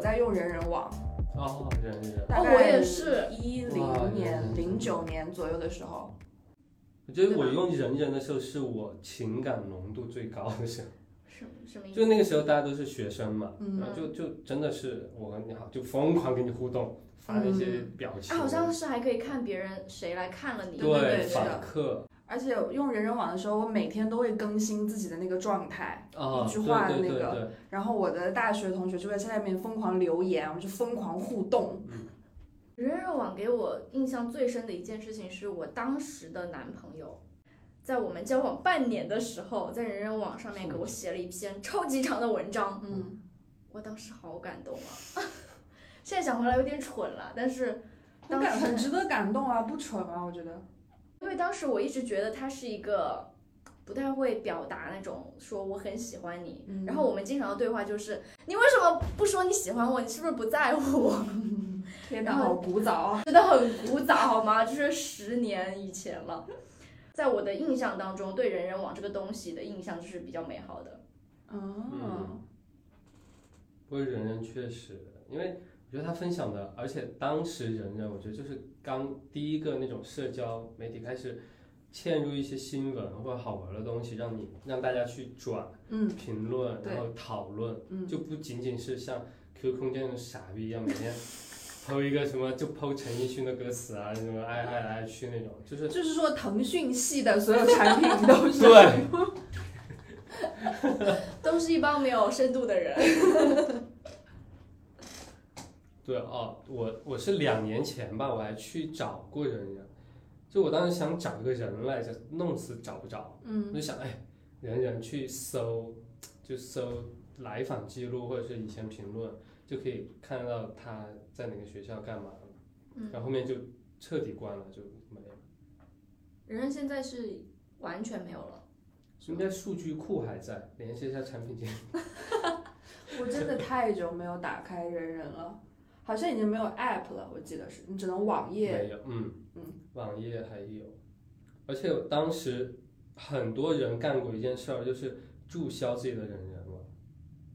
在用人人网，哦，人人，大哦概我也是啊一哇零年、人零人九年左右的时候，我觉对得吧我用人人的时候是我情感浓度最高的时候，什么什么意思？就那个时候大家都是学生嘛，嗯然后就就真的是我和你好，就疯狂跟你互动，发一些嗯表情，啊，好像是还可以看别人谁来看了你。对对对是的访客而且用人人网的时候，我每天都会更新自己的那个状态，啊，一句对话对那对个对，然后我的大学同学就会在下面疯狂留言，我们就疯狂互动。人人网给我印象最深的一件事情是我当时的男朋友，在我们交往半年的时候，在人人网上面给我写了一篇超级长的文章，嗯，我当时好感动啊！ 现在想回来有点蠢了，但是很当感时很值得感动啊，不蠢啊，我觉得。因为当时我一直觉得他是一个不太会表达那种说我很喜欢你，嗯然后我们经常的对话就是你为什么不说你喜欢我？你是不是不在乎我？ 天哪，好古早啊！真的很古早好吗？就是十年以前了。在我的印象当中，对人人网这个东西的印象就是比较美好的。嗯，不过人人确实，因为我觉得他分享的，而且当时人人我觉得就是刚第一个那种社交媒体开始。嵌入一些新闻或者好玩的东西，让你让大家去转嗯评论，对然后讨论，嗯，就不仅仅是像 QQ 空间那种傻逼一样，每天 抛一个什么就抛陈奕迅的歌词啊，什么爱来爱来去那种， 就是就是说腾讯系的所有产 品都是对，都是一帮没有深度的人。对哦，我我是两年前吧，我还去找过人人，就我当时想找一个人来着，弄死找不着，我嗯就想哎，人人去搜，就搜来访记录或者是以前评论，就可以看到他在哪个学校干嘛了，嗯然后后面就彻底关了，就没了。人人现在是完全没有了。应该数据库还在，联系一下产品经理。我真的太久没有打开人人了，好像已经没有 app 了，我记得是，你只能网页。没有，嗯嗯网页还有，而且我当时很多人干过一件事儿，就是注销自己的人人网。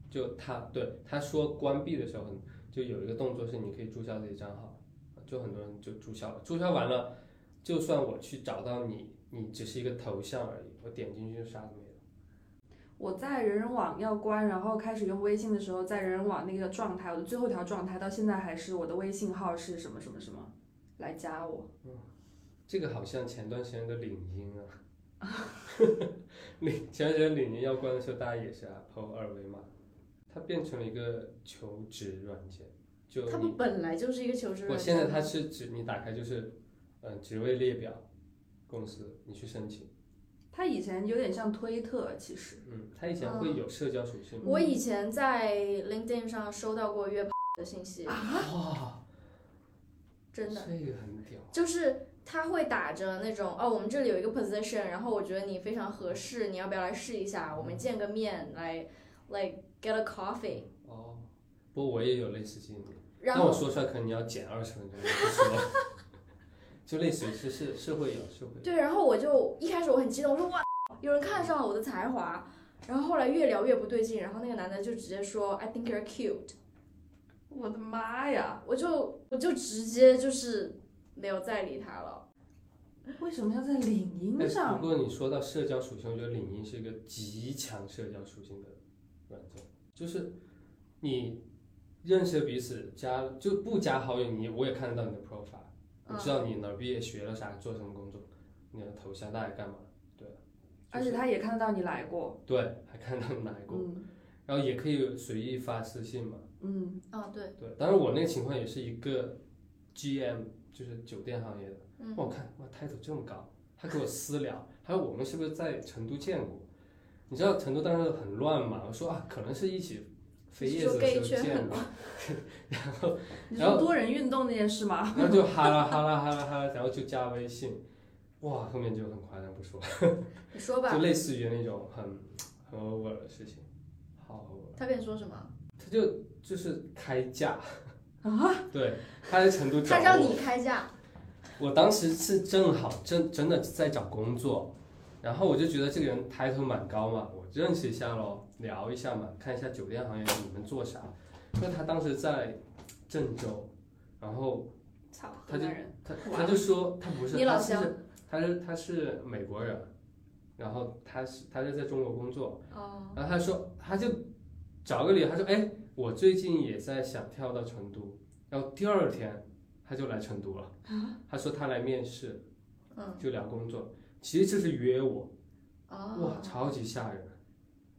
就他对他说关闭的时候，就有一个动作是你可以注销自己账号，就很多人就注销了。注销完了，就算我去找到你，你只是一个头像而已，我点进去就啥都没有。我在人人网要关，然后开始用微信的时候，在人人网那个状态，我的最后一条状态到现在还是我的微信号是什么什么什么，来加我。这个好像前段时间的领英啊，领 前段时间领英要关的时候，大家也是啊，抛二维码，它变成了一个求职软件，就他们你，本来就是一个求职我软现在件。它是指你打开就是，嗯、职位列表，公司你去申请，它以前有点像推特，其实嗯，它以前会有社交属性吗？我以前在 LinkedIn 上收到过约炮 的信息，哇，真的这个很屌，就是他会打着那种哦，我们这里有一个 position，然后我觉得你非常合适，你要不要来试一下？我们见个面来，like get a coffee。哦，不过我也有类似经历，然但我后说出来可能你要剪二十分钟，我不说， 就类似于是是是会有是会有。对，然后我就一开始我很激动，我说哇，有人看上了我的才华。然后后来越聊越不对劲，然后那个男的就直接说 I think you're cute，我的妈呀，我就我就直接就是没有再理他了。为什么要在领哎英上不？过你说到社交属性，我觉得领英是一个极强社交属性的软件，就是你认识彼此加就不加好友，你我也看得到你的 profile，我嗯知嗯道你哪儿毕业学了啥，做什么工作，你的头像大概干嘛，对，啊而就且是他也看得到你来过。对还看到你哪一个，嗯然后也可以随意发私信嘛，嗯，啊、对，对，当然我那个情况也是一个 GM，就是酒店行业的。嗯，我看哇，态度这么高，他给我私聊， 他说我们是不是在成都见过？你知道成都当时很乱嘛？我说啊，可能是一起飞叶子的时候见过，然后你然说后多人运动那件事 吗？然后就哈啦哈啦哈啦哈啦，然后就加微信，哇，后面就很夸张不说，你说吧就，类似于那种很很 over 的事情，好 over，他跟你说什么？他就就是开价，啊， 对，他在成都找他让我你开价，我当时是正好真真的在找工作，然后我就觉得这个人抬头蛮高嘛，我认识一下咯，聊一下嘛，看一下酒店行业你们做啥。因为他当时在郑州，然后操，他河就南人，他哇他就说他不是，你老他是乡他是他是美国人，然后他是他是在中国工作，哦，然后他说他就找个理由，他说哎，我最近也在想跳到成都，然后第二天他就来成都了，啊他说他来面试，嗯，就聊工作，其实就是约我，哦，哇，超级吓人！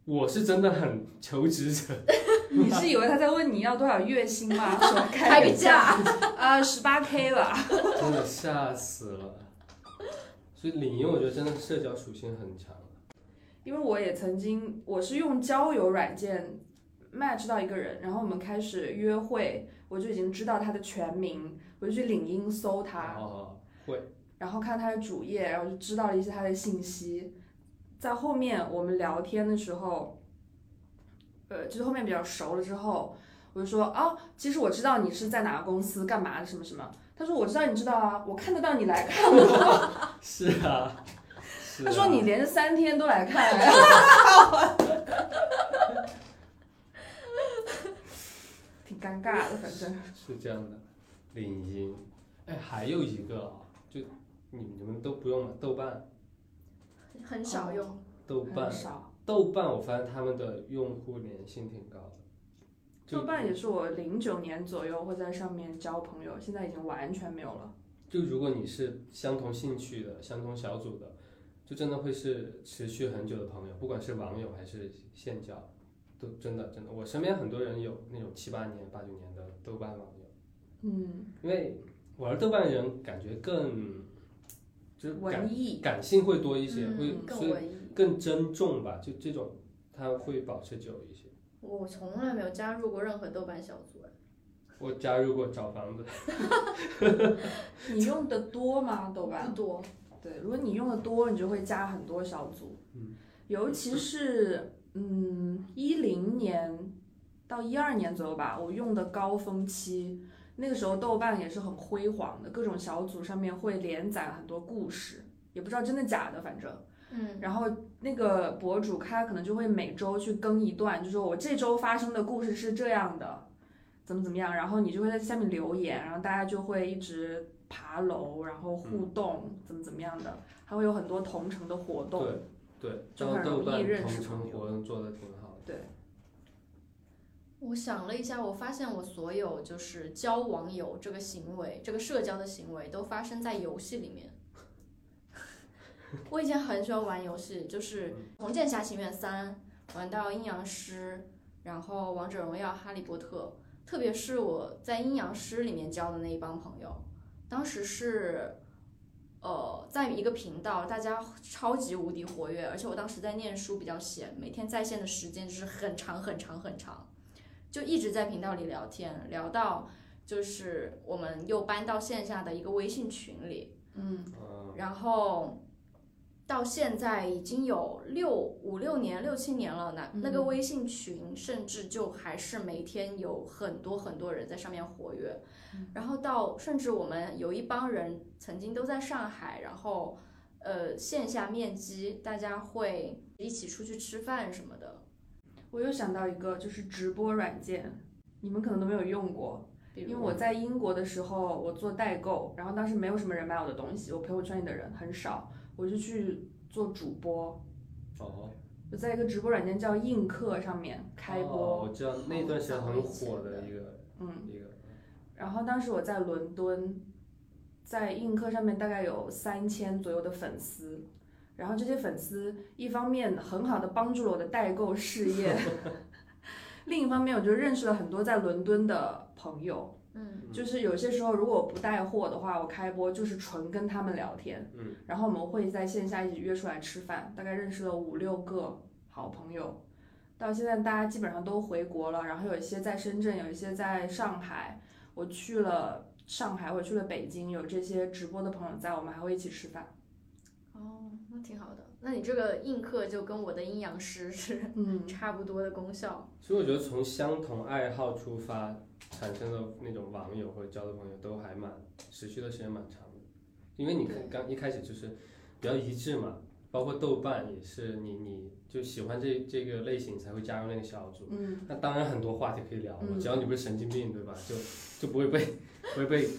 我是真的很求职者， 你是以为他在问你要多少月薪 吗？说开开个 价，啊，十八 K 了，真的吓死了。所以领英我觉得真的社交属性很强，因为我也曾经，我是用交友软件 match 到一个人，然后我们开始约会，我就已经知道他的全名，我就去领英搜他，哦，然后看他的主页，然后就知道了一些他的信息。在后面我们聊天的时候，呃，就是后面比较熟了之后，我就说啊，其实我知道你是在哪个公司干嘛的什么什么。他说我知道你知道啊，我看得到你来看我。是啊，是啊他说你连着三天都来看， 挺尴尬的，反正。是这样的，领英，哎，还有一个啊，就你你们都不用嘛，豆瓣，很少用，豆瓣很，少。豆瓣，我发现他们的用户粘性挺高的，就豆瓣也是我零九年左右会在上面交朋友，现在已经完全没有了。就如果你是相同兴趣的、相同小组的，就真的会是持续很久的朋友，不管是网友还是线交，都真的真的。我身边很多人有那种七八年、八九年的豆瓣网友，嗯，因为玩豆瓣的人感觉更就是感文艺感性会多一些，嗯会所更以文艺。更珍重吧，就这种他会保持久一些。我从来没有加入过任何豆瓣小组，哎我加入过找房子，你用的多吗？豆瓣不？多，对，如果你用的多，你就会加很多小组，嗯，尤其是嗯一零年到一二年左右吧，我用的高峰期，那个时候豆瓣也是很辉煌的，各种小组上面会连载很多故事，也不知道真的假的，反正。嗯，然后那个博主他可能就会每周去更一段，就说我这周发生的故事是这样的，怎么怎么样，然后你就会在下面留言，然后大家就会一直爬楼，然后互动，怎么怎么样的，还会有很多同城的活动。对对，就让很容豆易瓣认同识城朋友活动做的挺好的。我想了一下，我发现我所有就是交网友这个行为，这个社交的行为都发生在游戏里面。我以前很喜欢玩游戏，就是《重剑侠情缘三》，玩到阴阳师，然后《王者荣耀》《哈利波特》，特别是我在阴阳师里面交的那一帮朋友，当时是。呃，在一个频道，大家超级无敌活跃，而且我当时在念书比较闲，每天在线的时间就是很长很长很长。就一直在频道里聊天，聊到就是我们又搬到线下的一个微信群里，嗯，嗯，然后到现在已经有六五六年、六七年了，那嗯那个微信群甚至就还是每天有很多很多人在上面活跃，嗯然后到甚至我们有一帮人曾经都在上海，然后呃线下面基，大家会一起出去吃饭什么的，我又想到一个，就是直播软件，你们可能都没有用过，比因为如我在英国的时候，我做代购，然后当时没有什么人买我的东西，我朋友圈里的人很少，我就去做主播，哦，我在一个直播软件叫映客上面开哦播，我知道那段时间很火的一个嗯，一个，然后当时我在伦敦，在映客上面大概有三千左右的粉丝，然后这些粉丝一方面很好的帮助了我的代购事 业，另一方面我就认识了很多在伦敦的朋友，嗯嗯就是有些时候，如果我不带货的话，我开播就是纯跟他们聊天，嗯，然后我们会在线下一起约出来吃饭，大概认识了五六个好朋友，到现在大家基本上都回国了，然后有一些在深圳，有一些在上海，我去了上海，我去了北京，有这些直播的朋友在，我们还会一起吃饭，哦，那挺好的。那你这个映客就跟我的阴阳师是嗯，差不多的功效。所以我觉得从相同爱好出发产生的那种网友或者交的朋友都还蛮持续的时间蛮长的，因为你对刚一开始就是比较一致嘛，包括豆瓣也是你你就喜欢这这个类型才会加入那个小组。嗯，那当然很多话题可以聊嘛，嗯只要你不是神经病，对吧？就就不会被不会被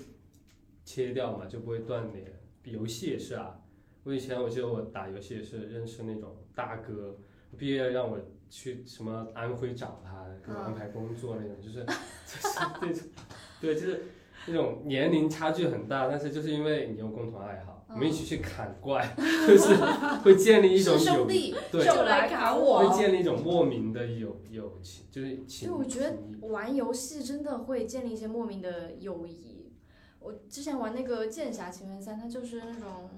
切掉嘛，就不会断裂。游戏也是啊，我以前我记得我打游戏也是认识那种大哥，毕业让我去什么安徽找他，给我嗯安排工作 那种，就是就是那种对，就是那种年龄差距很大，但是就是因为你有共同爱好，我们一起去砍 怪，就是会建立一种是友谊，兄弟对，就来砍我会。建立一种莫名的友友情，就是情。对我觉得情谊玩游戏真的会建立一些莫名的友谊。我之前玩那个《剑侠情缘三》，它就是那种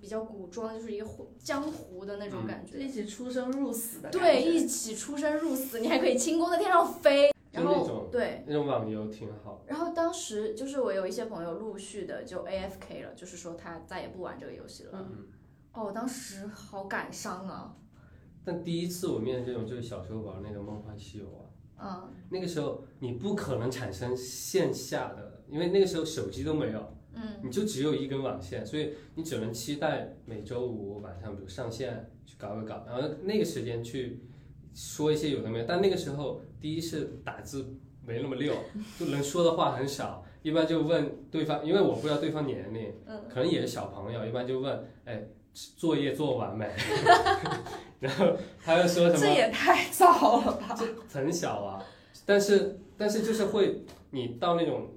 比较古装，就是一个湖江湖的那种嗯感觉。就一起出生入死的感觉。嗯对，一起出生入死，你还可以轻功在天上飞。就然那后种对，那种网游挺好，然后当时就是我有一些朋友陆续的就 AFK 了，就是说他再也不玩这个游戏了。嗯。哦，我当时好感伤啊。但第一次我面对这种，就是小时候玩那个《梦幻西游》啊，嗯那个时候你不可能产生线下的，因为那个时候手机都没有，嗯你就只有一根网线，所以你只能期待每周五晚上，比如上线去搞一搞，然后那个时间去说一些有的没有。但那个时候，第一是打字没那么 溜，就能说的话很少，一般就问对方，因为我不知道对方年龄。嗯，可能也是小朋友，一般就问，哎，作业做完 没？ 然后他又说什这么也太 早了吧？很小啊，但是但是就是会，你到那种，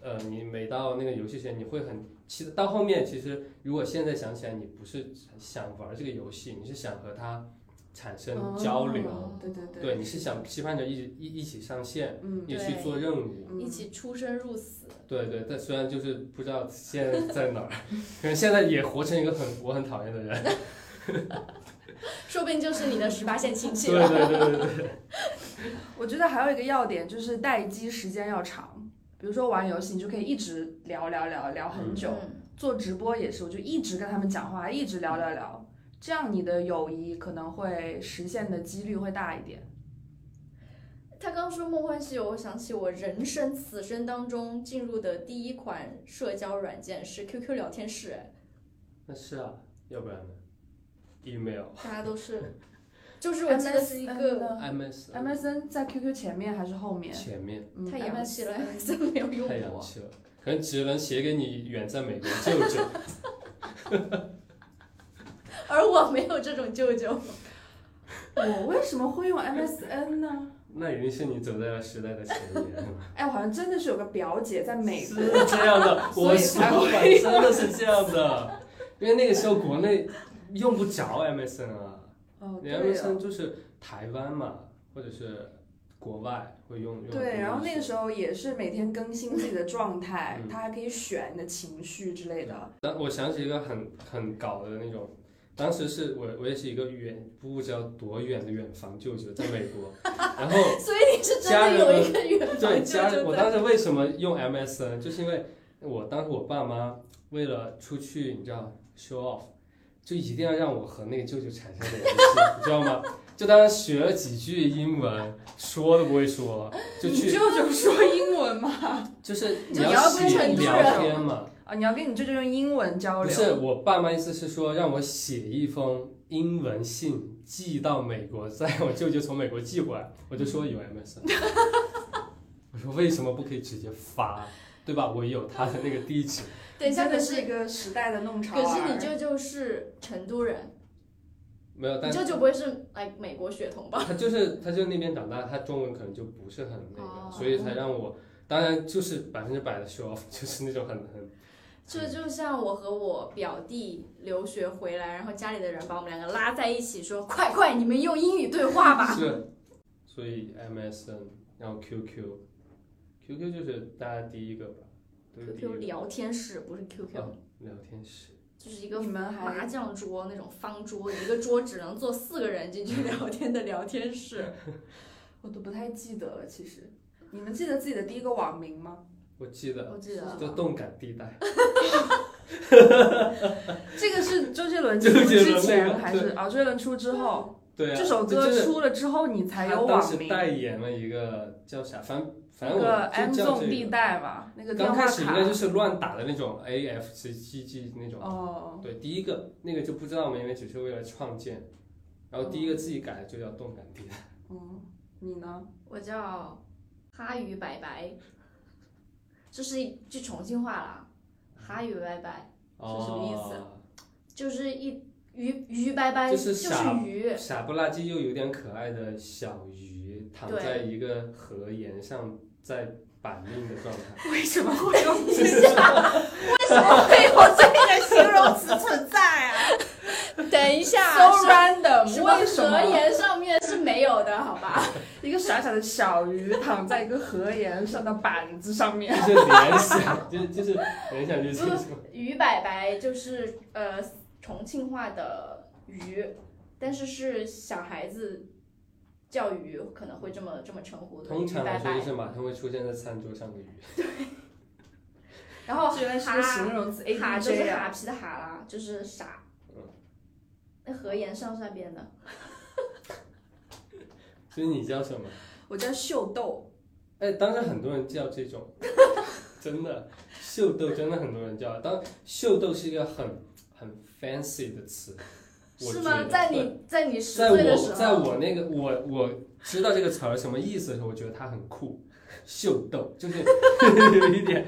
呃，你每到那个游戏时间，你会很，其实到后面其实如果现在想起来，你不是想玩这个游戏，你是想和他产生交流，哦对对对，对，你是想期盼着一起一一起上线，嗯，一起去做任务，嗯一起出生入死。对对，但虽然就是不知道现在在哪儿， 可能现在也活成一个很我很讨厌的人。说不定就是你的十八线亲戚对了。对对对对，我觉得还有一个要点就是待机时间要长。比如说玩游戏，你就可以一直聊聊聊聊很久。嗯，做直播也是，我就一直跟他们讲话，一直聊聊聊，这样你的友谊可能会实现的几率会大一点。他刚说《梦幻西游》，我想起我人生此生当中进入的第一款社交软件是 QQ 聊天室，哎那是啊，要不然呢？email、大家都是，就是我记得是一 MSN 个呢 MS、 MSN 在 QQ 前面还是后面？前面嗯太洋气了， MSN 真没有用太啊洋过。气了，可能只能写给你远在美国的舅舅。而我没有这种舅舅， 我为什么会用 MSN 呢？那一定是你走在了时代的前沿，哎，我好像真的是有个表姐在 美是国，这样的，所我以说才会吧，真的是这样的，因为那个时候国内用不着 MSN 啊。哦，你对要是像了就是台湾嘛，或者是国外会用用。对，然后那个时候，候也是每天更新自己的状态嗯，他还可以选你的情绪之类的。但我想起一个很很搞的那种，当时是我我也是一个远不知道多远的远房舅舅在美国，然后所以你是真的有一 个远对房家舅人，舅我在。当时为什么用 MSN，就是因为我当时我爸妈为了出去，你知道 show off，就一定要让我和那个舅舅产生联系， 你知道吗？就当时学了几句英文，说都不会说，就你去舅舅说英文吗？就是就你你要写跟成都聊人天嘛，啊，你要跟你舅舅用英文交不流？是我爸妈意思是说让我写一封英文信寄到美国，再我舅舅从美国寄过来，我就说有 MSN，我说为什么不可以直接发，对吧？我有他的那个地址，等一下，真可的是是一个时代的弄潮啊可儿。是你舅舅是成都人，没有，你但舅舅不会是来美国血统吧？他就是他就那边长大，他中文可能就不是很那个，哦所以才让我。当然就是百分之百的 show off，就是那种很很 这就像我和我表弟留学回来，然后家里的人把我们两个拉在一起说：“快快，你们用英语对话吧。是，所以 MSN，然后 QQ，QQ 就是大家第一个吧，都是第一个 ”QQ 聊天室不是 QQ，、哦聊天室，就是一个你们还麻将桌那种方桌，一个桌只能坐四个人进去聊天的聊天 室。我都不太记得了，其实。你们记得自己的第一个网名吗？我记得我记得叫动感地带，这个是周杰伦出周杰伦之那个 哦前还是啊？周杰伦出之后， 对啊，这首就歌是出了之后，你才有他当时网名，代言了一个叫啥，反那反正个我就 M 叫 zone 地这个。带嘛，那个电刚话开始应该就卡。是乱打的那种 A F C G G 那种。哦，对，第一个那个就不知道嘛，因为只是为了创建。然后第哦一个自己改的就叫动感地带。嗯，你呢？我叫哈鱼白白，这是一句重庆话啦。哈鱼白白是什么意思意就是一鱼鱼白白，就就是是傻 鱼，傻不拉几又有点可爱的小鱼，躺对在一个河沿上，在板命的 状态。 为什么会有这为什么会有这个形容词存在啊等一下， ？So 是 random，什么为什河么沿上面是没有的，好吧？ 一个傻傻的小鱼躺在一个河沿上的板子上面？就是联想，就就是联想就是这种。鱼白白就是呃重庆话的鱼，但是是小孩子叫鱼可能会这么这么称呼的通鱼常白来说就白。是马上会出现在餐桌上的鱼。然后原来是个形容词哈就是 APJ 啊哈皮的哈啦，就是傻嗯。那河沿上那边的，所以你叫什么？我叫秀豆，哎，当时很多人叫这种， 真的，秀豆真的很多人叫。当秀豆是一个很很 fancy 的词，我是觉吗？得在对你在你十在岁的时我候，在我那个我我知道这个词儿什么意思的时候，我觉得它很酷，秀逗，就是 有一点，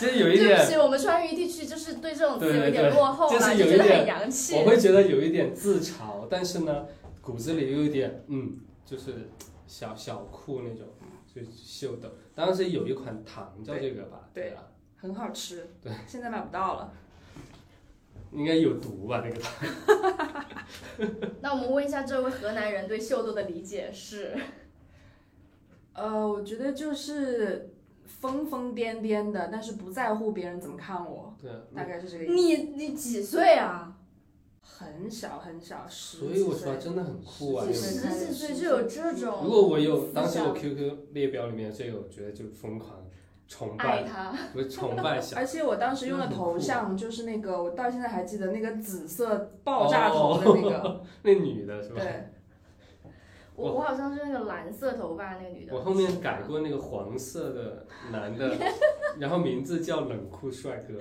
就是有一对不点，起，我们川渝地区就是对这种对字对有点对落后就是了，有觉得一点很洋气我。会觉得有一点自嘲，但是呢，骨子里又有一点嗯，就是小小酷那种，就是秀逗。当时有一款糖叫这个吧，对吧？很好吃，对，现在买不到了。应该有毒吧那个糖？那我们问一下这位河南人对秀豆的理解是？呃，我觉得就是疯疯癫癫的，但是不在乎别人怎么看我，对啊，大概是这个意思。你你几岁啊？很小很小，十所以我几岁说真的很酷啊！十这几个岁十几岁就有这种，如果我有当时想我 QQ 列表里面有这个，我觉得就疯狂崇拜，爱他， 不是崇拜小而且我当时用的头像就是那个，我到现在还记得那个紫色爆炸头哦的那个， 那女的是吧？对，我我好像是那个蓝色头发那个女的。我后面改过那个黄色的男的，然后名字叫冷酷帅哥。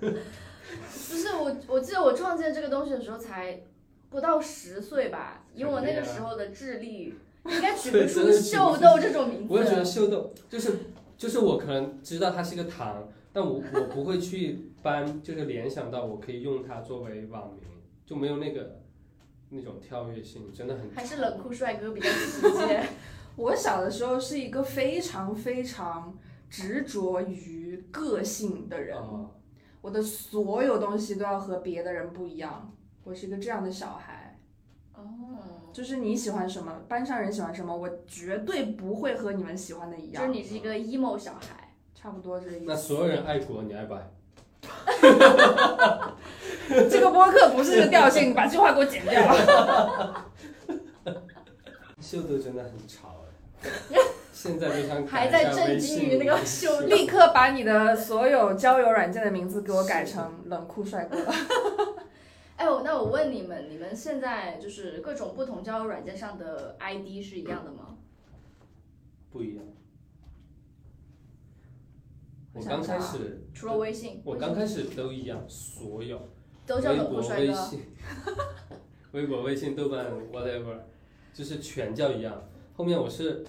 不是我，我记得我创建这个东西的时候才不到十岁吧，以我那个时候的智力，应该取不真出的取不秀出豆这种名我也觉得字。秀豆就是就是我可能知道它是一个糖，但我我不会去搬，就是联想到我可以用它作为网名，就没有那个那种跳跃性，真的很还是冷酷帅哥比较直接。 我小的时候是一个非常非常执着于个性的人，啊。我的所有东西都要和别的人不一样，我是一个这样的小孩。哦，就是你喜欢什么，班上人喜欢什么，我绝对不会和你们喜欢的一就是样，你是一个 emo 小孩。差不多这个意那思。所有人爱国，你爱不爱？这个播客不是这个调性，你把这句话给我剪 掉。秀豆真的很吵 哎，现在就想改还一下在震微惊信于那个名字秀立刻把你的所有交友软件的名字给我改成冷酷帅哥。哎，我那我问你们，你们现在就是各种不同交友软件上的 ID 是一样的吗？ 不一样。我想刚想开啊始，除了微信，我刚开始都一样，所有都微叫冷酷博、帅微哥。信、微博、微信、豆瓣，whatever，就是全叫一样。后面我是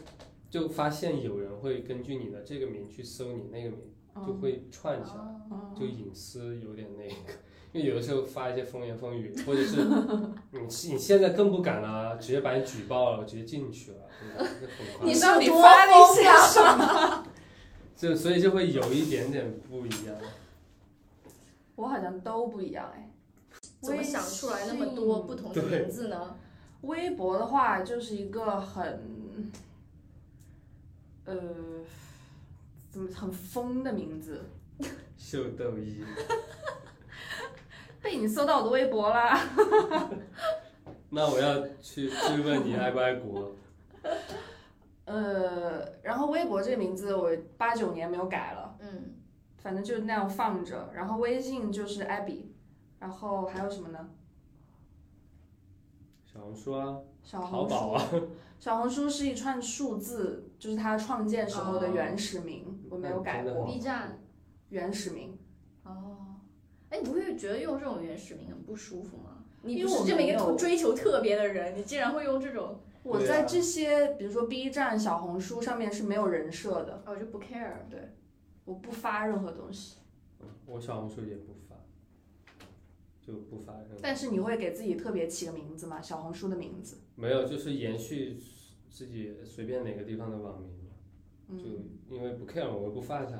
就发现有人会根据你的这个名去搜你那个名，就会串起来。哦嗯就隐私有点那个，因为有的时候发一些风言风语，或者 是你你现在更不敢了，直接把你举报了，直接进去了，那很你快，是到有底多发了一疯些呀什么？就所以就会有一点点不一样。我好像都不一样哎。怎么想出来那么多不微信？同的名字呢？微博的话，就是一个很，呃，怎么很疯的名字？秀逗一，被你搜到我的微博啦！那我要去质问你爱不爱国？呃，然后微博这个名字我八九年没有改了。嗯，反正就是那样放着。然后微信就是 Abby，然后还有什么呢？小红书啊，小淘红宝书。啊，小红书是一串数字，就是它创建时候的原始名，我没有改啊嗯真的过吗 B 站。原始名。哦，哎，你不会觉得用这种原始名很不舒服吗？你因不为我是这么一个没有特追求特别的人，你竟然会用这种，我对啊在这些，比如说 B 站、小红书上面是没有人设的，哦，就不 care。我不发任何东西。我小红书也不发，就不发任何。但是你会给自己特别起个名字吗？小红书的名字？没有，就是延续自己随便哪个地方的网名嘛，嗯，就因为不 care 我不发啥，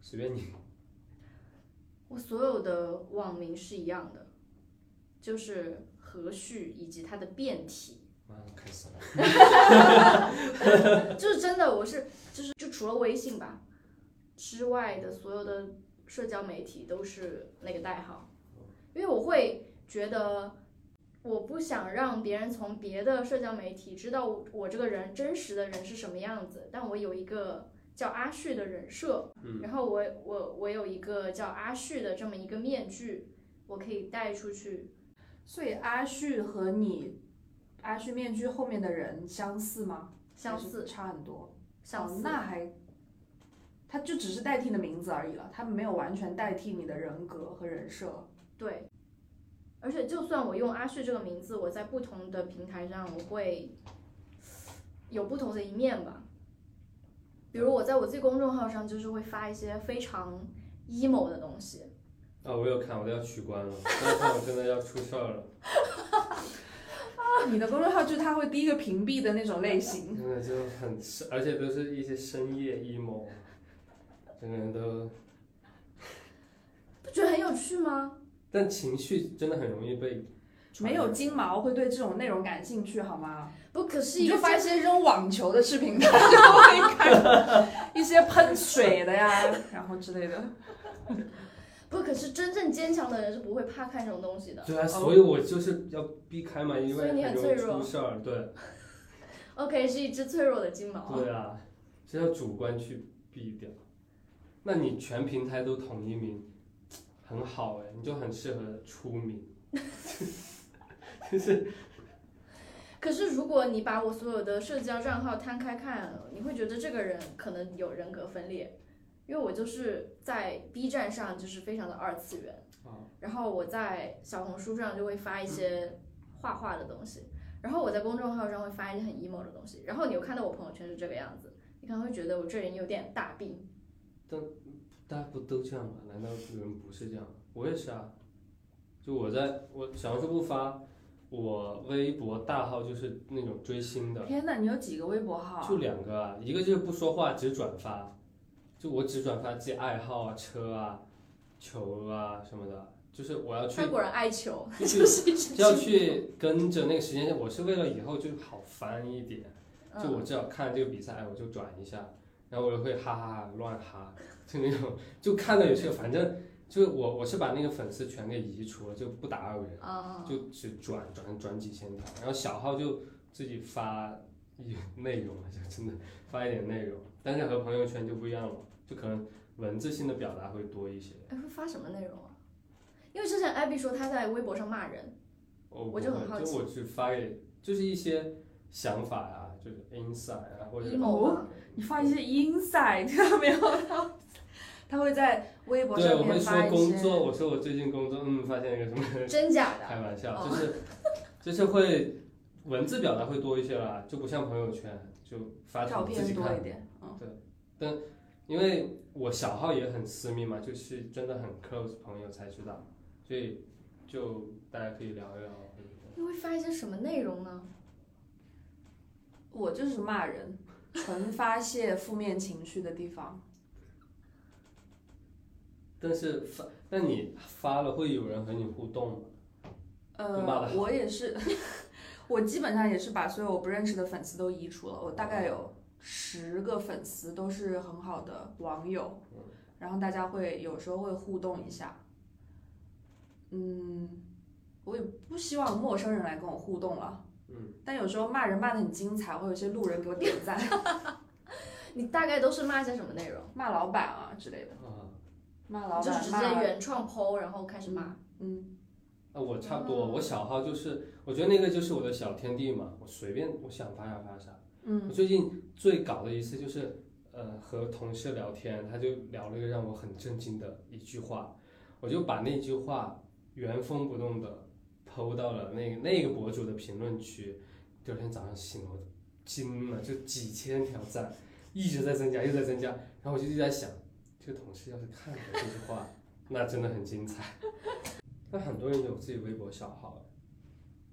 随便你。我所有的网名是一样的，就是和煦以及它的变体，妈的，开始了。就是真的，我是就是就除了微信吧之外的所有的社交媒体都是那个代号，因为我会觉得我不想让别人从别的社交媒体知道我我这个人真实的人是什么样子，但我有一个叫阿旭的人设，嗯然后我我我有一个叫阿旭的这么一个面具，我可以带出去，所以阿旭和你阿旭面具后面的人相似吗？相还是似差很多。相哦似，那还，他就只是代替你的名字而已了，他没有完全代替你的人格和人设。 对，而且就算我用阿旭这个名字，我在不同的平台上，我会有不同的一面吧。比如我在我自己公众号上，就是会发一些非常 emo 的东西，啊，我有看，我都要取关了，那看我真的要出事儿了，你的公众号就是他会第一个屏蔽的那种类型。真的就很深，而且都是一些深夜 emo，整个人都，不觉得很有趣吗？但情绪真的很容易被传没有染金毛会对这种内容感兴趣好吗？不，可是你一就个发发一些扔网球的视频，他就会看一些喷水的呀，然后之类的。不，可是真正坚强的人是不会怕看这种东西的。对啊，所以我就是要避开嘛，因哦所以为你很很容易脆弱出事儿。对， OK，是一只脆弱的金毛。对啊，是要主观去避掉。那你全平台都统一名，很好哎、你就很适合出名。就是可是如果你把我所有的社交账号摊开看，你会觉得这个人可能有人格分裂，因为我就是在 B 站上就是非常的二次元，啊，然后我在小红书上就会发一嗯些画画的东西，然后我在公众号上会发一些很 emo 的东西，然后你又看到我朋友圈是这个样子，你可能会觉得我这人有点大病，大家不都这样吗？难道有人不是这样吗？我也是啊，就我在我小红书不发，我微博大号就是那种追星的，天哪，你有几个微博号就啊？两个啊，一个就是不说话只转发，就我只转发自己爱好啊、车啊、球啊什么的，就是我要去他果然爱球，就就是是一只就要去跟着那个时间线。我是为了以后就好翻一点，就我嗯，至少看这个比赛，哎我就转一下，然后我就会哈哈哈乱哈，就那种就看到有些反正就是我我是把那个粉丝全给移除了，就不打扰人。啊、就只转转转几千条，然后小号就自己发一内容，就真的发一点内容，但是和朋友圈就不一样了，就可能文字性的表达会多一些。哎会发什么内容啊？因为之前艾比说他在微博上骂人，我我就很好奇哦就我只发给就是一些想法啊，就是 insight 啊，或者 emo 吗你放一些 inside 看到没有？他会在微博对，上我面会发说一工些。作，我说我最近工作，嗯，发现一个什么，真假的？开玩笑，哦就是就是会文字表达会多一些啦，就不像朋友圈就发照图啊自己片多看一。点，嗯，因为我小号也很私密嘛，就是真的很 close 朋友才知道，所以就大家可以聊一聊。你会发一些什么内容呢？我就是骂人，纯发泄负面情绪的地方。但是发，但你发了会有人和你互动吗？就骂呃了，我也是， 我基本上也是把所有我不认识的粉丝都移除了。我大哦概有十个粉丝都是很好的网友嗯，然后大家会有时候会互动一下。嗯，我也不希望陌生人来跟我互动了，嗯，但有时候骂人骂得很精彩，会有一些路人给我点 赞，你大概都是骂一些什么内容？骂老板啊之类的。啊，骂老板，就是直接骂原创 PO，然后开始骂。嗯，啊，我差不多，哦我小号就是，我觉得那个就是我的小天地嘛，我随便我想发啥发啥。嗯我最近最搞的一次就是，呃，和同事聊天，他就聊了一个让我很震惊的一句话，我就把那句话原封不动的抛到了那个那个博主的评论区。第二天早上醒了，我惊了，就几千条赞，一直在增加，一直在增加。然后我就一直在想，这个同事要是看了这句话，那真的很精彩。 那很多人有自己微博小号，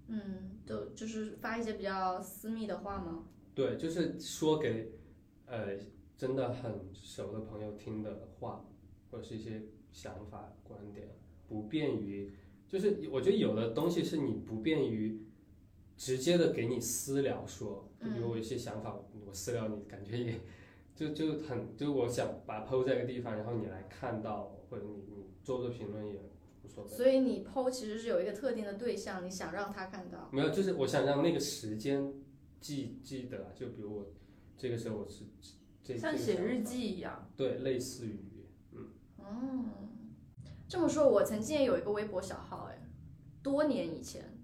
嗯，就就是发一些比较私密的话吗？对，就是说给呃真的很熟的朋友听的话，或者是一些想法、观点，不便于，就是我觉得有的东西是你不便于直接的给你私聊说，就比如我一些想法，我私聊你，感觉也就就很就我想把它 PO 在一个地方，然后你来看到，或者你你做做评论也无所谓。所以你 PO 其实是有一个特定的对象，你想让他看到。没有，就是我想让那个时间记记得啊，就比如我这个时候我是这像这个写想法日记一样，对，类似于嗯，这么说，我曾经也有一个微博小号，哎，多年以前，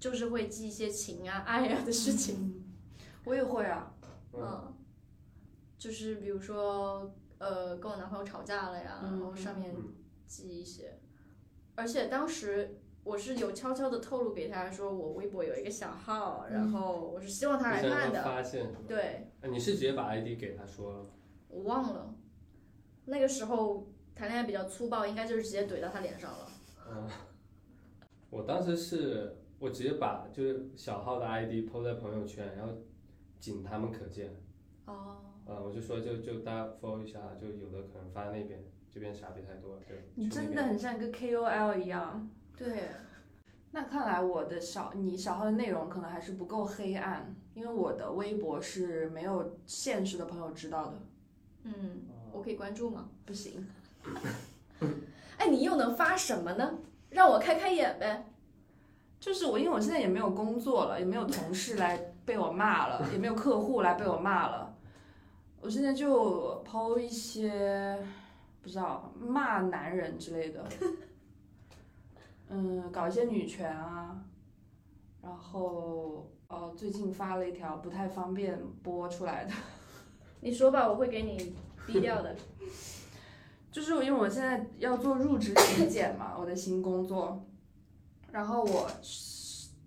就是会记一些情啊、爱啊的事情。我也会啊，嗯，嗯，就是比如说，呃，跟我男朋友吵架了呀，然后上面嗯记一些，而且当时。我是有悄悄的透露给他说，我微博有一个小号，然后我是希望嗯他来就看像的他。发嗯现什么？对，啊，你是直接把 ID 给他说了吗？我忘了，那个时候谈恋爱比较粗暴，应该就是直接怼到他脸上了。嗯，我当时是我直接把就是小号的 ID 抛在朋友圈，然后仅他们可见。哦，啊、我就说就就大家 follow 一下，就有的可能发那边，这边傻逼太多了，就你去那真的边很像一个 KOL 一样。对，那看来我的小你小号的内容可能还是不够黑暗，因为我的微博是没有现实的朋友知道的，嗯，哦我可以关注吗？不行。哎，你又能发什么呢？让我开开眼呗。就是我，因为我现在也没有工作了，也没有同事来被我骂了，也没有客户来被我骂了，我现在就抛一些不知道骂男人之类的，嗯，搞一些女权啊，然后呃，最近发了一条不太方便播出来的。你说吧，我会给你低 调的。就是因为我现在要做入职体检嘛，我的新工作，然后我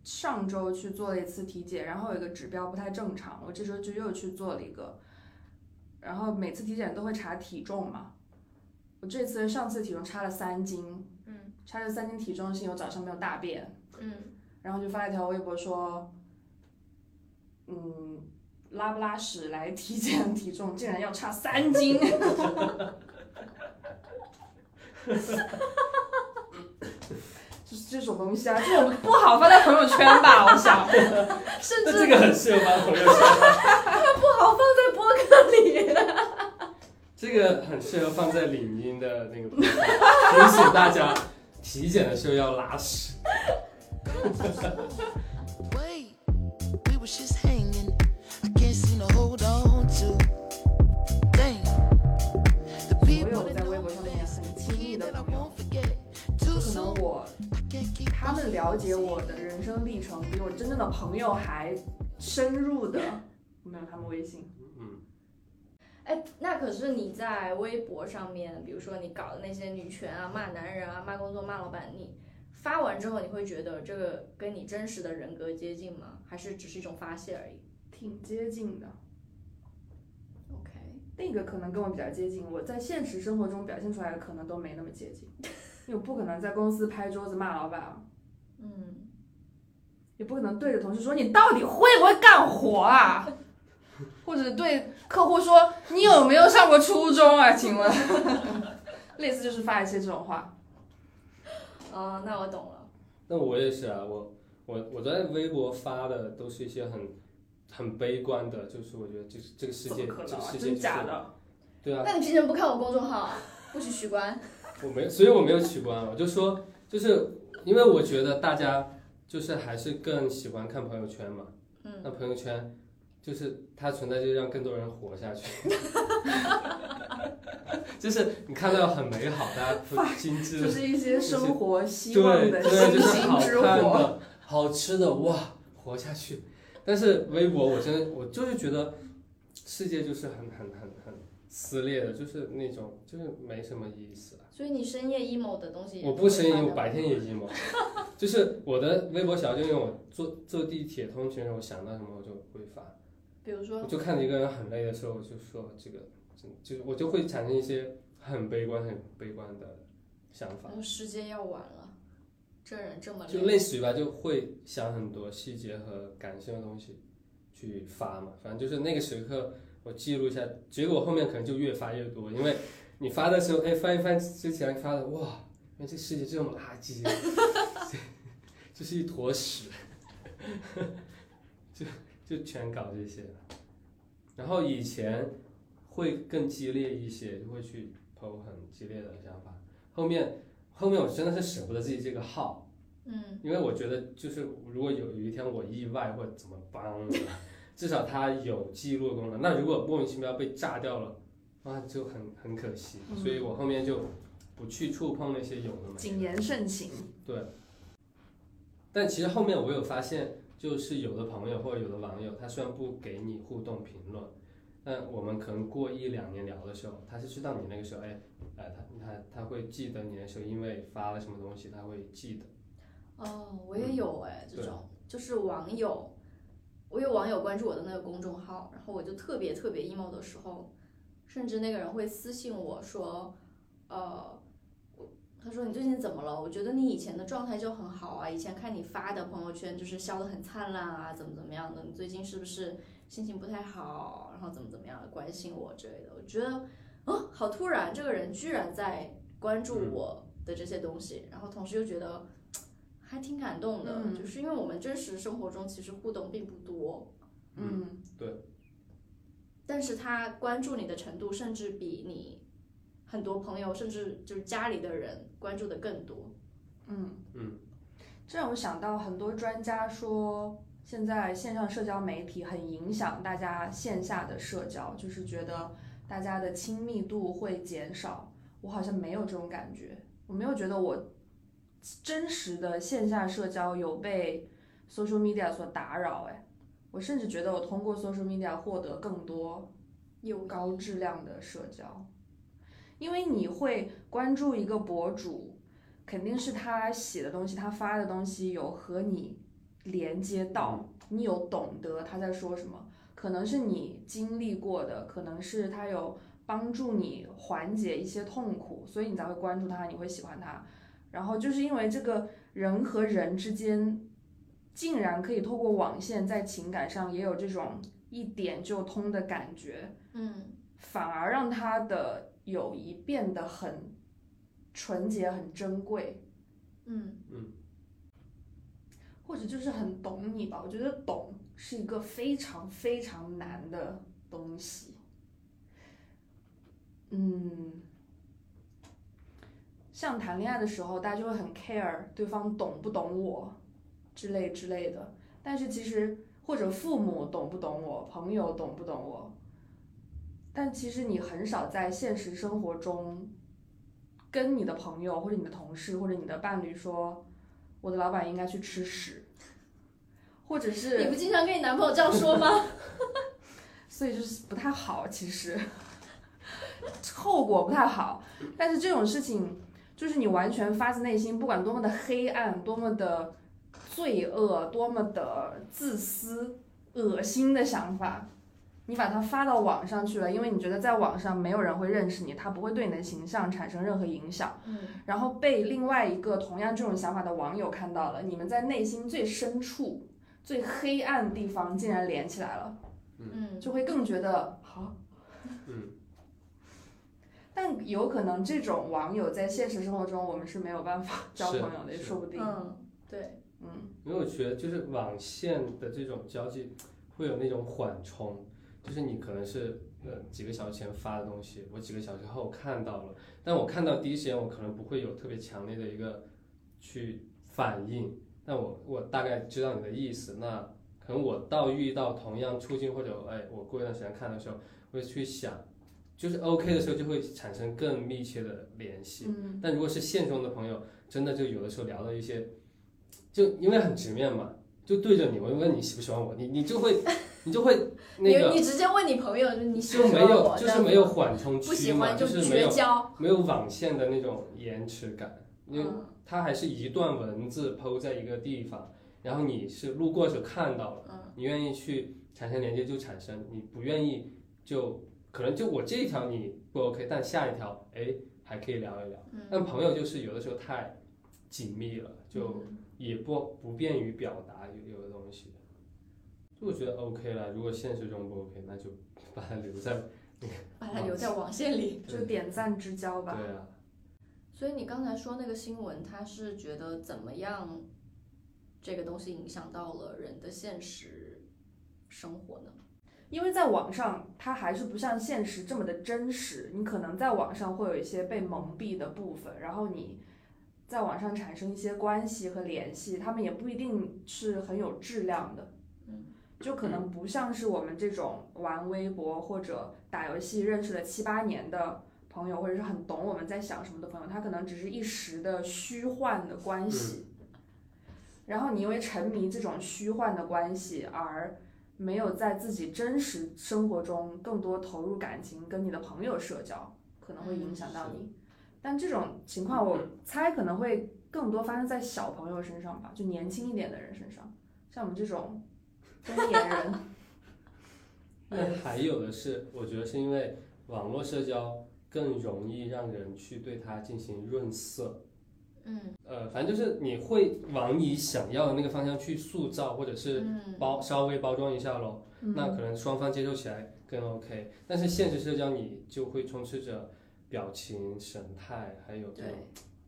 上周去做了一次体检，然后有一个指标不太正常，我这周就又去做了一个，然后每次体检都会查体重嘛，我这次上次体重差了三斤，嗯差了三斤体重是因为我早上没有大便，嗯，然后就发了一条微博说，嗯，拉不拉屎来体检体重竟然要差三斤， 就是这种东西啊，这种不好发在朋友圈吧，我想，甚那至这个很适合发朋友圈，不好放在播客 里。这个很适合放在领英的那个 ，提醒大家体检的时候要拉屎。 Wait, we was just hanging. I can't seem to hold on to. Dang, the 我 people 有 that 在微 know 博 me 上面 best, 很 the 亲密 team 的 that I 朋友 won't，forget. Too 可能 soon, 我 I can't keep 他 pushing. 们了解我的人生历程比我真正的朋友还深入的，没有他们微信。嗯，哎，那可是你在微博上面，比如说你搞的那些女权啊、骂男人啊、骂工作、骂老板，你发完之后，你会觉得这个跟你真实的人格接近吗？还是只是一种发泄而已挺接近的， ？OK，那个可能跟我比较接近，我在现实生活中表现出来的可能都没那么接近， 因为我不可能在公司拍桌子骂老板，嗯。也不可能对着同事说你到底会不会干活啊， 或者对客户说你有没有上过初中啊？请问， 类似就是发一些这种话，哦，那我懂了。那我也是啊，我我我在微博发的都是一些很很悲观的，就是我觉得这这个世怎界，么可这能个啊？世界、真假？的？对啊，那你平时不看我公众号，不许取关？我没，所以我没有取关，我就说，就是因为我觉得大家就是还是更喜欢看朋友圈嘛，嗯，那朋友圈 就是它存在，就让更多人活下去。就是你看到很美好的、很精致就的，是一些生活希望对的对，星就是星好之看火。的、好吃的，哇，活下去。但是微博，我真的我就是觉得世界就是很很很很撕裂的，就是那种就是没什么意思。所以你深夜 emo 的东西也我不声会发音，的我白天也 emo，就是我的微博小就因为我坐坐地铁通勤的时候，我想到什么我就会发。比如说我就看着一个人很累的时候，我就说这个，真就是我就会产生一些很悲观、很悲观的想法，嗯世界要完了，这人这么就类似于吧，就会想很多细节和感性的东西去发嘛。反正就是那个时刻，我记录一下，结果后面可能就越发越多，因为你发的时候，哎，翻一翻之前发的，哇，原来这世界这么垃圾，这 这是一坨屎，就就全搞这些。然后以前会更激烈一些，就会去抛很激烈的想法。后面后面我真的是舍不得自己这个号，嗯，因为我觉得就是如果有有一天我意外或者怎么帮了，至少它有记录的功能。那如果莫名其妙被炸掉了，那就很很可惜。嗯所以我后面就不去触碰那些有的没的。谨言慎行，但其实后面我有发现，就是有的朋友或者有的网友，他虽然不给你互动评论，但我们可能过一两年聊的时候，他是知道你那个时候，哎，哎，他他他会记得你那时候因为发了什么东西，他会记得。哦，我也有哎，这种就是网友，我有网友关注我的那个公众号，然后我就特别特别 emo 的时候，甚至那个人会私信我说，呃，我他说你最近怎么了？我觉得你以前的状态就很好啊，以前看你发的朋友圈就是笑得很灿烂啊，怎么怎么样的，你最近是不是心情不太好？然后怎么怎么样的关心我之类的，我觉得啊，好突然，这个人居然在关注嗯我的这些东西，然后同时又觉得。还挺感动的，嗯就是因为我们真实生活中其实互动并不多，嗯，但是他关注你的程度甚至比你很多朋友甚至就是家里的人关注的更多。嗯嗯，这让我想到很多专家说，现在线上社交媒体很影响大家线下的社交，就是觉得大家的亲密度会减少。我好像没有这种感觉，我没有觉得我真实的线下社交有被 social media 所打扰，哎，我甚至觉得我通过 social media 获得更多有高质量的社交，因为你会关注一个博主，肯定是他写的东西，他发的东西有和你连接到，你有懂得他在说什么，可能是你经历过的，可能是他有帮助你缓解一些痛苦，所以你才会关注他，你会喜欢他。然后就是因为这个人和人之间，竟然可以透过网线在情感上也有这种一点就通的感觉，嗯，反而让他的友谊变得很纯洁、很珍贵，嗯，或者就是很懂你吧。我觉得懂是一个非常非常难的东西。嗯，像谈恋爱的时候，大家就会很 care 对方懂不懂我之类之类的，但是其实或者父母懂不懂我，朋友懂不懂我，但其实你很少在现实生活中跟你的朋友或者你的同事或者你的伴侣说，我的老板应该去吃屎，或者你是不经常跟你男朋友这样说吗？所以就是不太好，其实 后果不太好。但是这种事情，就是你完全发自内心，不管多么的黑暗，多么的罪恶，多么的自私、恶心的想法，你把它发到网上去了，因为你觉得在网上没有人会认识你，它不会对你的形象产生任何影响。 嗯，然后被另外一个同样这种想法的网友看到了，你们在内心最深处、最黑暗的地方竟然连起来了。嗯，就会更觉得好。嗯，但有可能这种网友在现实生活中，我们是没有办法交朋友的，是说不定。嗯，对，嗯因为我觉得就是网线的这种交际会有那种缓冲，就是你可能是呃几个小时前发的东西，我几个小时后看到了，但我看到第一时间我可能不会有特别强烈的一个去反应，但我我大概知道你的意思，那可能我到遇到同样处境或者哎我过一段时间看的时候，会去想就是 OK 的时候就会产生更密切的联系。嗯，但如果是现中的朋友，真的就有的时候聊到一些，就因为很直面嘛，就对着你，我就问你喜不喜欢我，你你就会你就会那个你你直接问你朋友，你喜就不喜没欢有我？就是没有缓冲不喜区嘛，欢就就是没绝有交。没有网线的那种延迟感，因为嗯它还是一段文字抛在一个地方，然后你是路过的时候看到了，嗯你愿意去产生连接就产生，你不愿意就可能就我这一条你不 OK，但下一条哎还可以聊一聊。但嗯，朋友就是有的时候太紧密了，就嗯也不不便于表达有有的东西。就我觉得 OK 了，如果现实中不 OK，那就把它留在把它留在网线里。就点赞之交对吧。啊，所以你刚才说那个新闻，他是觉得怎么样，这个东西影响到了人的现实生活呢？因为在网上，它还是不像现实这么的真实。你可能在网上会有一些被蒙蔽的部分，然后你在网上产生一些关系和联系，他们也不一定是很有质量的。嗯，就可能不像是我们这种玩微博或者打游戏认识了七八年的朋友，或者是很懂我们在想什么的朋友，他可能只是一时的虚幻的关系。然后你因为沉迷这种虚幻的关系而没有在自己真实生活中更多投入感情，跟你的朋友社交，可能会影响嗯到你。但这种情况，我猜可能会更多发生在小朋友身上吧，就年轻一点的人身上，像我们这种中年 人，嗯那哎还有的是，我觉得是因为网络社交更容易让人去对它进行润色。嗯呃，反正就是你会往你想要的那个方向去塑造，或者是嗯，包稍微包装一下喽。 那嗯可能双方接受起来更 OK。但是现实社交你就会充斥着表情、神态，还有这对种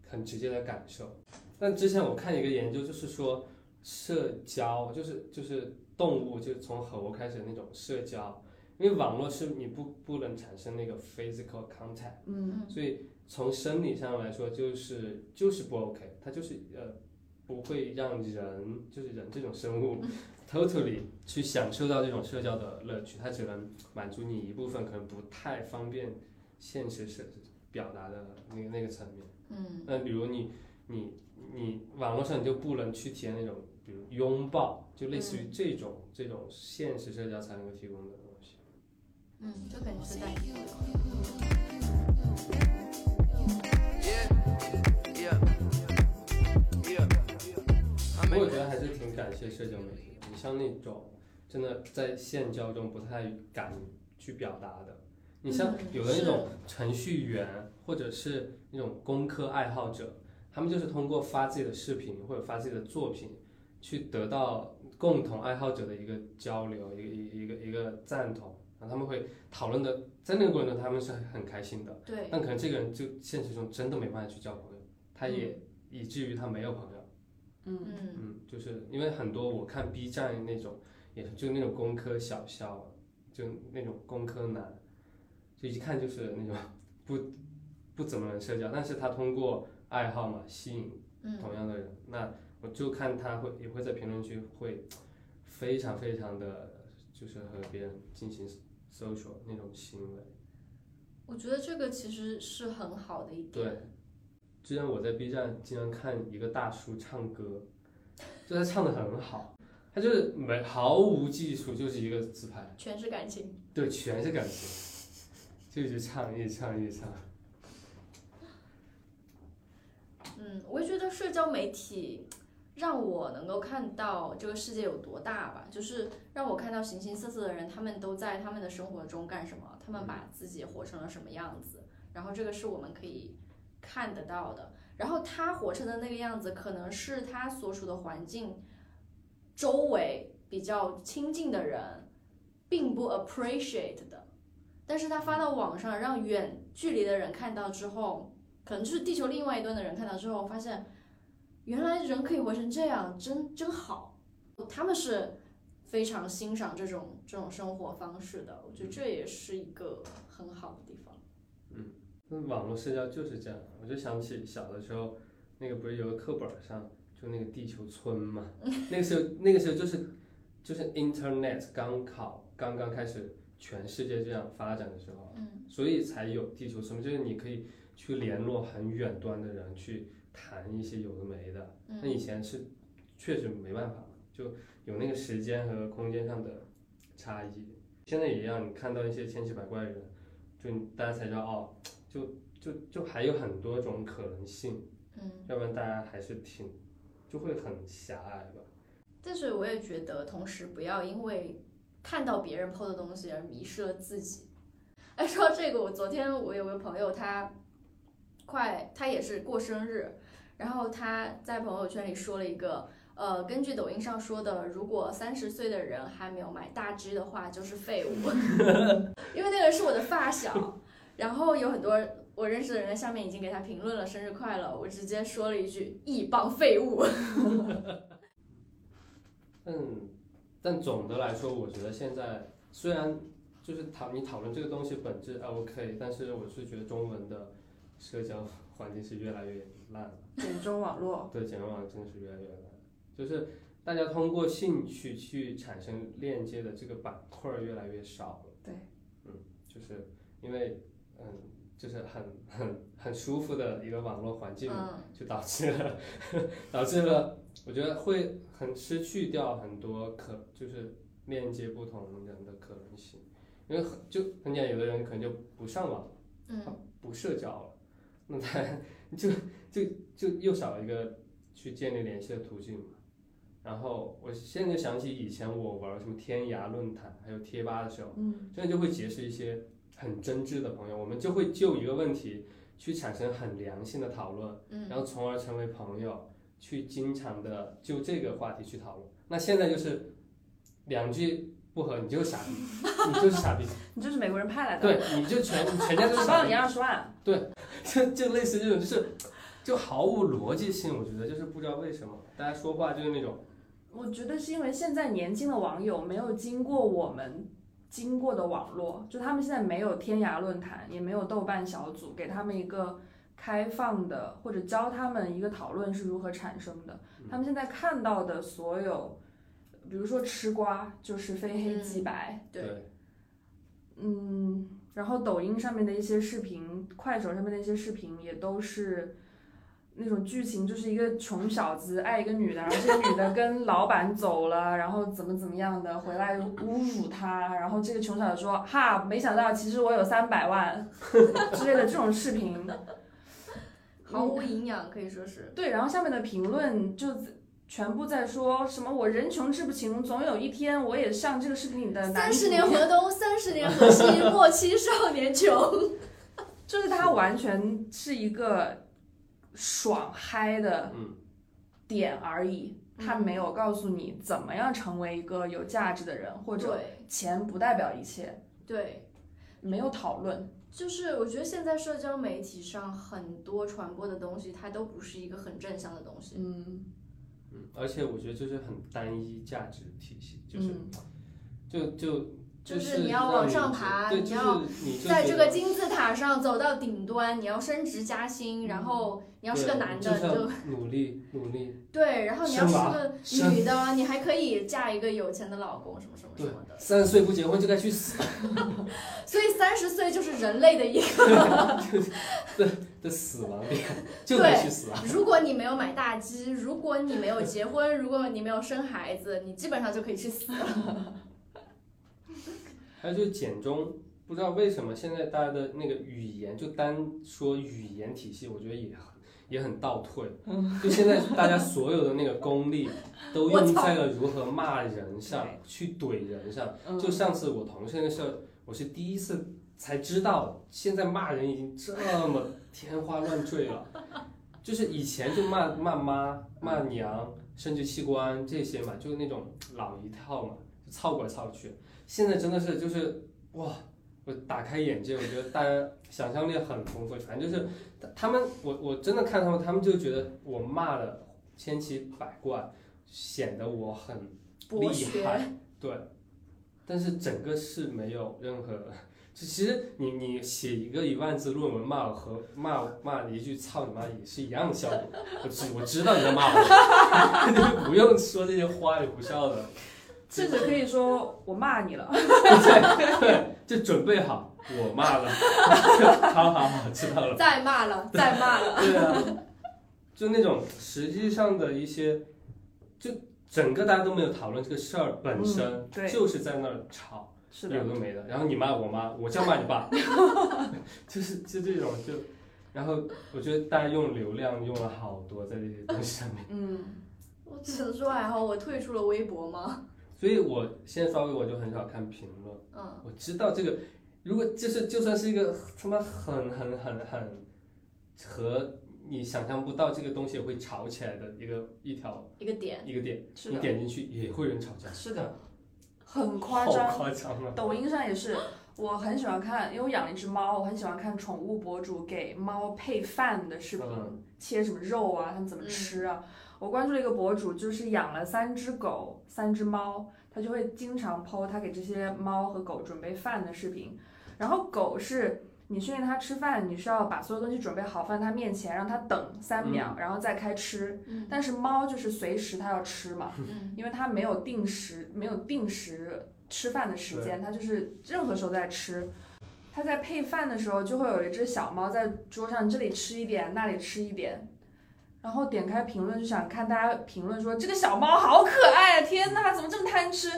很直接的感受。但之前我看一个研究，就是说社交，就是就是动物，就从猴开始的那种社交，因为网络是你不不能产生那个 physical contact，嗯所以从生理上来说，就是就是不 OK，它就是呃不会让人就是人这种生物 totally 去享受到这种社交的乐趣，它只能满足你一部分可能不太方便现实是表达的那个那个层面。嗯那比如你你你网络上你就不能去体验那种比如拥抱，就类似于这种、这种现实社交才能够提供的东西。嗯，就感觉是在。 Yeah. Yeah. 不过我觉得还是挺感谢社交媒体的。你像那种真的在现交中不太敢去表达的，你像嗯有的那种程序员或者是那种工科爱好者，他们就是通过发自己的视频或者发自己的作品，去得到共同爱好者的一个交流，一个一个一个一个赞同。然后他们会讨论的，在那个过程中他们是很很开心的，对，但可能这个人就现实中真的没办法去交朋友，他也以至于他没有朋友。嗯，嗯嗯，就是因为很多我看 B 站那种，也是就那种工科小校，就那种工科男，就一看就是那种不不怎么能社交，但是他通过爱好嘛吸引嗯同样的人，那我就看他会也会在评论区会非常非常的就是和别人进行 social 那种行为。我觉得这个其实是很好的一点。对，之前我在 B 站经常看一个大叔唱歌，就他唱的很好，他就是没毫无技术，就是一个自拍，全是感情。对，全是感情，就一直唱，一直唱，一直唱。嗯，我也觉得社交媒体让我能够看到这个世界有多大吧，就是让我看到形形色色的人，他们都在他们的生活中干什么，他们把自己活成了什么样子，然后这个是我们可以看得到的。然后他活成的那个样子，可能是他所处的环境周围比较亲近的人并不 appreciate 的，但是他发到网上，让远距离的人看到之后，可能就是地球另外一端的人看到之后，发现原来人可以活成这样，真真好。他们是非常欣赏这种这种生活方式的，我觉得这也是一个很好的地方。那网络社交就是这样，我就想起小的时候，那个不是有个课本上就那个地球村嘛，那个时候那个时候就是就是 Internet 刚考刚刚开始全世界这样发展的时候，啊嗯所以才有地球村，就是你可以去联络很远端的人去谈一些有的没的。那以嗯前是确实没办法嘛，就有那个时间和空间上的差异。现在也让你看到一些千奇百怪的人，就你大家才知道哦，就就就还有很多种可能性，嗯，要不然大家还是挺就会很狭隘吧。但是我也觉得，同时不要因为看到别人 PO 的东西而迷失了自己。哎，说到这个，我昨天我有个朋友，他快他也是过生日，然后他在朋友圈里说了一个，呃，根据抖音上说的，如果三十岁的人还没有买大 G 的话，就是废物。 因为那个人是我的发小，然后有很多我认识的人在下面已经给他评论了生日快乐，我直接说了一句一帮废物。嗯，但总的来说，我觉得现在虽然就是讨你讨论这个东西本质啊 OK，但是我是觉得中文的社交环境是越来越烂了，简中网络，对，简网真的是越来越烂，就是大家通过兴趣去产生链接的这个板块儿越来越少了。对，嗯，就是因为嗯，就是很很很舒服的一个网络环境嘛嗯。就导致了，导致了，我觉得会很失去掉很多可，就是链接不同人的可能性，因为很就很简单，有的人可能就不上网，嗯不社交了，那他 就就就又少一个去建立联系的途径嘛。然后我现在就想起以前我玩什么天涯论坛还有贴吧的时候，嗯，这样就会结识一些很真挚的朋友，我们就会就一个问题去产生很良性的讨论。然嗯，后从而成为朋友，去经常的就这个话题去讨论。那现在就是两句不合，你就是 傻逼，你就是傻逼，你就是美国人派来的，对，你就全全家都是只傻帮你 逼，二十万，就就类似这种，就是就毫无逻辑性。我觉得就是不知道为什么大家说话就是那种，我觉得是因为现在年轻的网友没有经过我们经过的网络，就他们现在没有天涯论坛，也没有豆瓣小组，给他们一个开放的或者教他们一个讨论是如何产生的。嗯他们现在看到的所有，比如说吃瓜就是非黑即白，对对嗯，然后抖音上面的一些视频，快手上面的一些视频也都是那种剧情，就是一个穷小子爱一个女的，然后这个女的跟老板走了，然后怎么怎么样的，回来侮辱他，然后这个穷小子说哈，没想到其实我有三百万之类的这种视频，毫无营养，可以说是。对，然后下面的评论就全部在说什么我人穷志不穷，总有一天我也像这个视频里的男嗯三主十一年样河东，三十年河西，莫欺少年 穷。就是它完全是一个爽嗨的嗯点而已，它没有告诉你怎么样成为一个有价值的人，或者对钱不代表一切，对，没有讨论。就是我觉得现在社交媒体上很多传播的东西，它都不是一个很正向的东西。嗯，嗯，而且我觉得就是很单一价值体系，就是、嗯，就就就是是你要让往你上觉爬对，就你是要你就在觉这个得金字塔上走到顶端，你要升职加薪，嗯然后你要是对个男你的，就是你要就努力努力，对，然后你要是生娃个生女的，你还可以嫁一个有钱的老公，什么什么什对么的。三十岁不结婚就该去死。所以三十岁就是人类的一个。的死亡点 就得去死啊！如果你没有买大 G，如果你没有结婚，如果你没有生孩子，你基本上就可以去死了。还有就是简中，不知道为什么现在大家的那个语言，就单说语言体系，我觉得也很也很倒退。就现在大家所有的那个功力都用在了如何骂人上，去怼人上。嗯就上次我同事那个事儿，我是第一次才知道，现在骂人已经这么天花乱坠了。 就是以前就骂骂妈、骂娘、生殖器官这些嘛，就是那种老一套嘛，就操过来操去。现在真的是就是哇，我打开眼界，我觉得大家想象力很丰富。反正就是他们，我我真的看他们，他们就觉得我骂的千奇百怪，显得我很博厉学，害，对。但是整个是没有任何，就其实你你写一个一万字论文骂我和骂骂一句操你妈也是一样的效果。 我知我知道你在骂我，就不用说这些花里胡哨的。 甚至可以说我骂你了，对对，就准备好，我骂了， 好好好，知道了。再骂了，再骂了。对啊， 就那种实际上的一些，就整个大家都没有讨论这个事儿本身，嗯对就是在那儿吵，是有的，的没的，然后你骂我妈，我叫骂你爸，就是就这种就，然后我觉得大家用流量用了好多在这些东西上面，嗯，我只能说，还好我退出了微博嘛。所以我现在刷微博就很少看评论，嗯，我知道这个，如果就是就算是一个他妈很很很很和你想象不到这个东西会吵起来的一个一条一个点。一个点，是你的，点进去也会有人吵架，是的，很夸好张。夸张啊！抖音上也是，我很喜欢看，因为我养了一只猫，我很喜欢看宠物博主给猫配饭的视频，嗯切什么肉啊，它们怎么吃啊。我关注了一个博主，就是养了三只狗、三只猫，他就会经常 PO 他给这些猫和狗准备饭的视频。然后狗是你训练它吃饭，你是要把所有东西准备好放在它面前，让它等三秒，然后再开吃。嗯但是猫就是随时它要吃嘛，嗯因为它没有定时，没有定时吃饭的时间，它就是任何时候在吃。它在配饭的时候，就会有一只小猫在桌上这里吃一点，那里吃一点，然后点开评论就想看大家评论说这个小猫好可爱啊，天哪，怎么这么贪吃？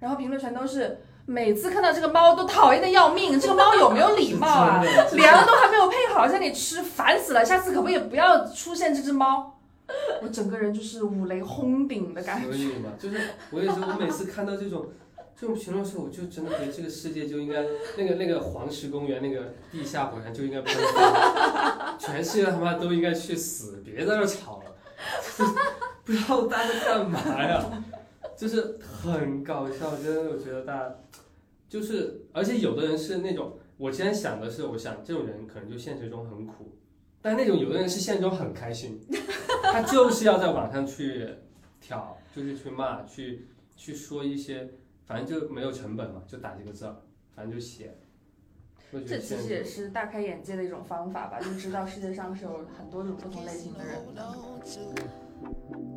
然后评论全都是每次看到这个猫都讨厌的要命，这个猫有没有礼貌啊？是真的，粮都还没有配好，在那里吃，烦死了！下次可不可以不要出现这只猫？ 我整个人就是五雷轰顶的感所觉。以嘛，就是我也是，我每次看到这种 这种评论的时候，我就真的觉得这个世界就应该那个那个黄石公园那个地下火山就应该喷发，全世界他妈都应该去死，别在这儿吵了， 不知道大家在干嘛呀，就是很搞笑，真的，我觉得大家就是，而且有的人是那种，我之前想的是，我想这种人可能就现实中很苦。但那种有的人是现实中很开心， 他就是要在网上去挑，就是去骂，去去说一些，反正就没有成本嘛，就打几个字儿，反正就写。我觉这得其现实在也是大开眼界的一种方法吧，就知道世界上是有很多种不同类型的人。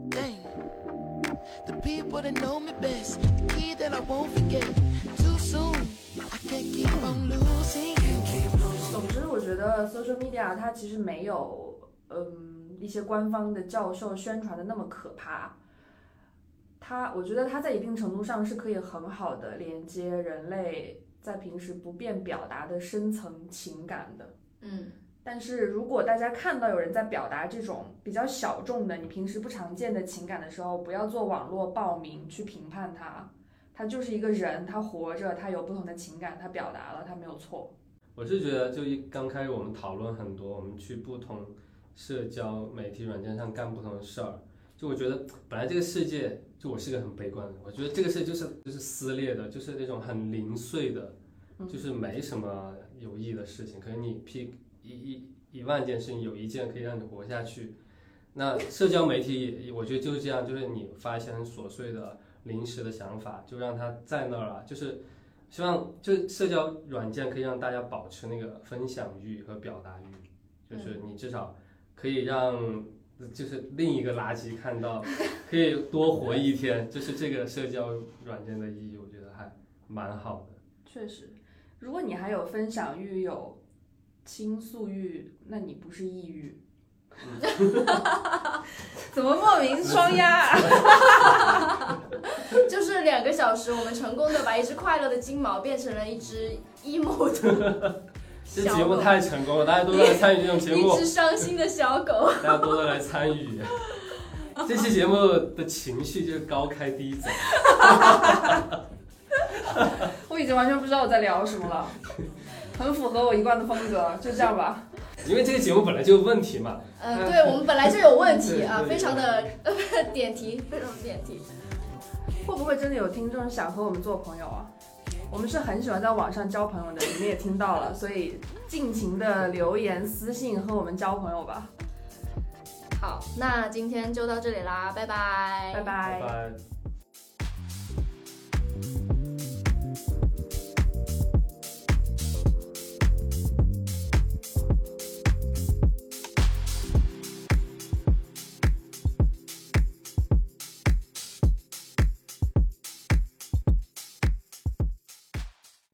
Dang. The people that know me best, the key that I won't forget. Too soon, I can't keep on losing. 总之，我觉得 social media 它其实没有，嗯，一些官方的教授宣传的那么可怕。它，我觉得它在一定程度上是可以很好的连接人类在平时不便表达的深层情感的。嗯但是如果大家看到有人在表达这种比较小众的、你平时不常见的情感的时候，不要做网络暴民去评判他，他就是一个人，他活着，他有不同的情感，他表达了，他没有错。我是觉得，就一刚开始我们讨论很多，我们去不同社交媒体软件上干不同的事儿。就我觉得，本来这个世界，就我是一个很悲观的人，我觉得这个世界就是就是撕裂的，就是那种很零碎的，嗯就是没什么有意义的事情。可能你 pick 一一一万件事情，有一件可以让你活下去。那社交媒体也，我觉得就是这样，就是你发一些很琐碎的、临时的想法，就让它在那儿了，就是希望就是社交软件可以让大家保持那个分享欲和表达欲，就是你至少可以让就是另一个垃圾看到，可以多活一天，就是这个社交软件的意义，我觉得还蛮好的。确实，如果你还有分享欲、有倾诉欲，那你不是抑郁。怎么莫名双压、啊？就是两个小时，我们成功的把一只快乐的金毛变成了一只 emo 的这小节目狗，太成功了，大家多多来参与这种节目 一，只伤心的小狗。大家多多来参与。这期节目的情绪就是高开低走， 我已经完全不知道我在聊什么了，很符合我一贯的风格，就这样吧。因为这个节目本来就有问题嘛。 嗯、对，我们本来就有问题啊，对对非常的点题，非常点题。会不会真的有听众想和我们做朋友啊？我们是很喜欢在网上交朋友的，你们也听到了，所以尽情的留言、私信和我们交朋友吧，好，那今天就到这里啦，拜拜，拜拜拜。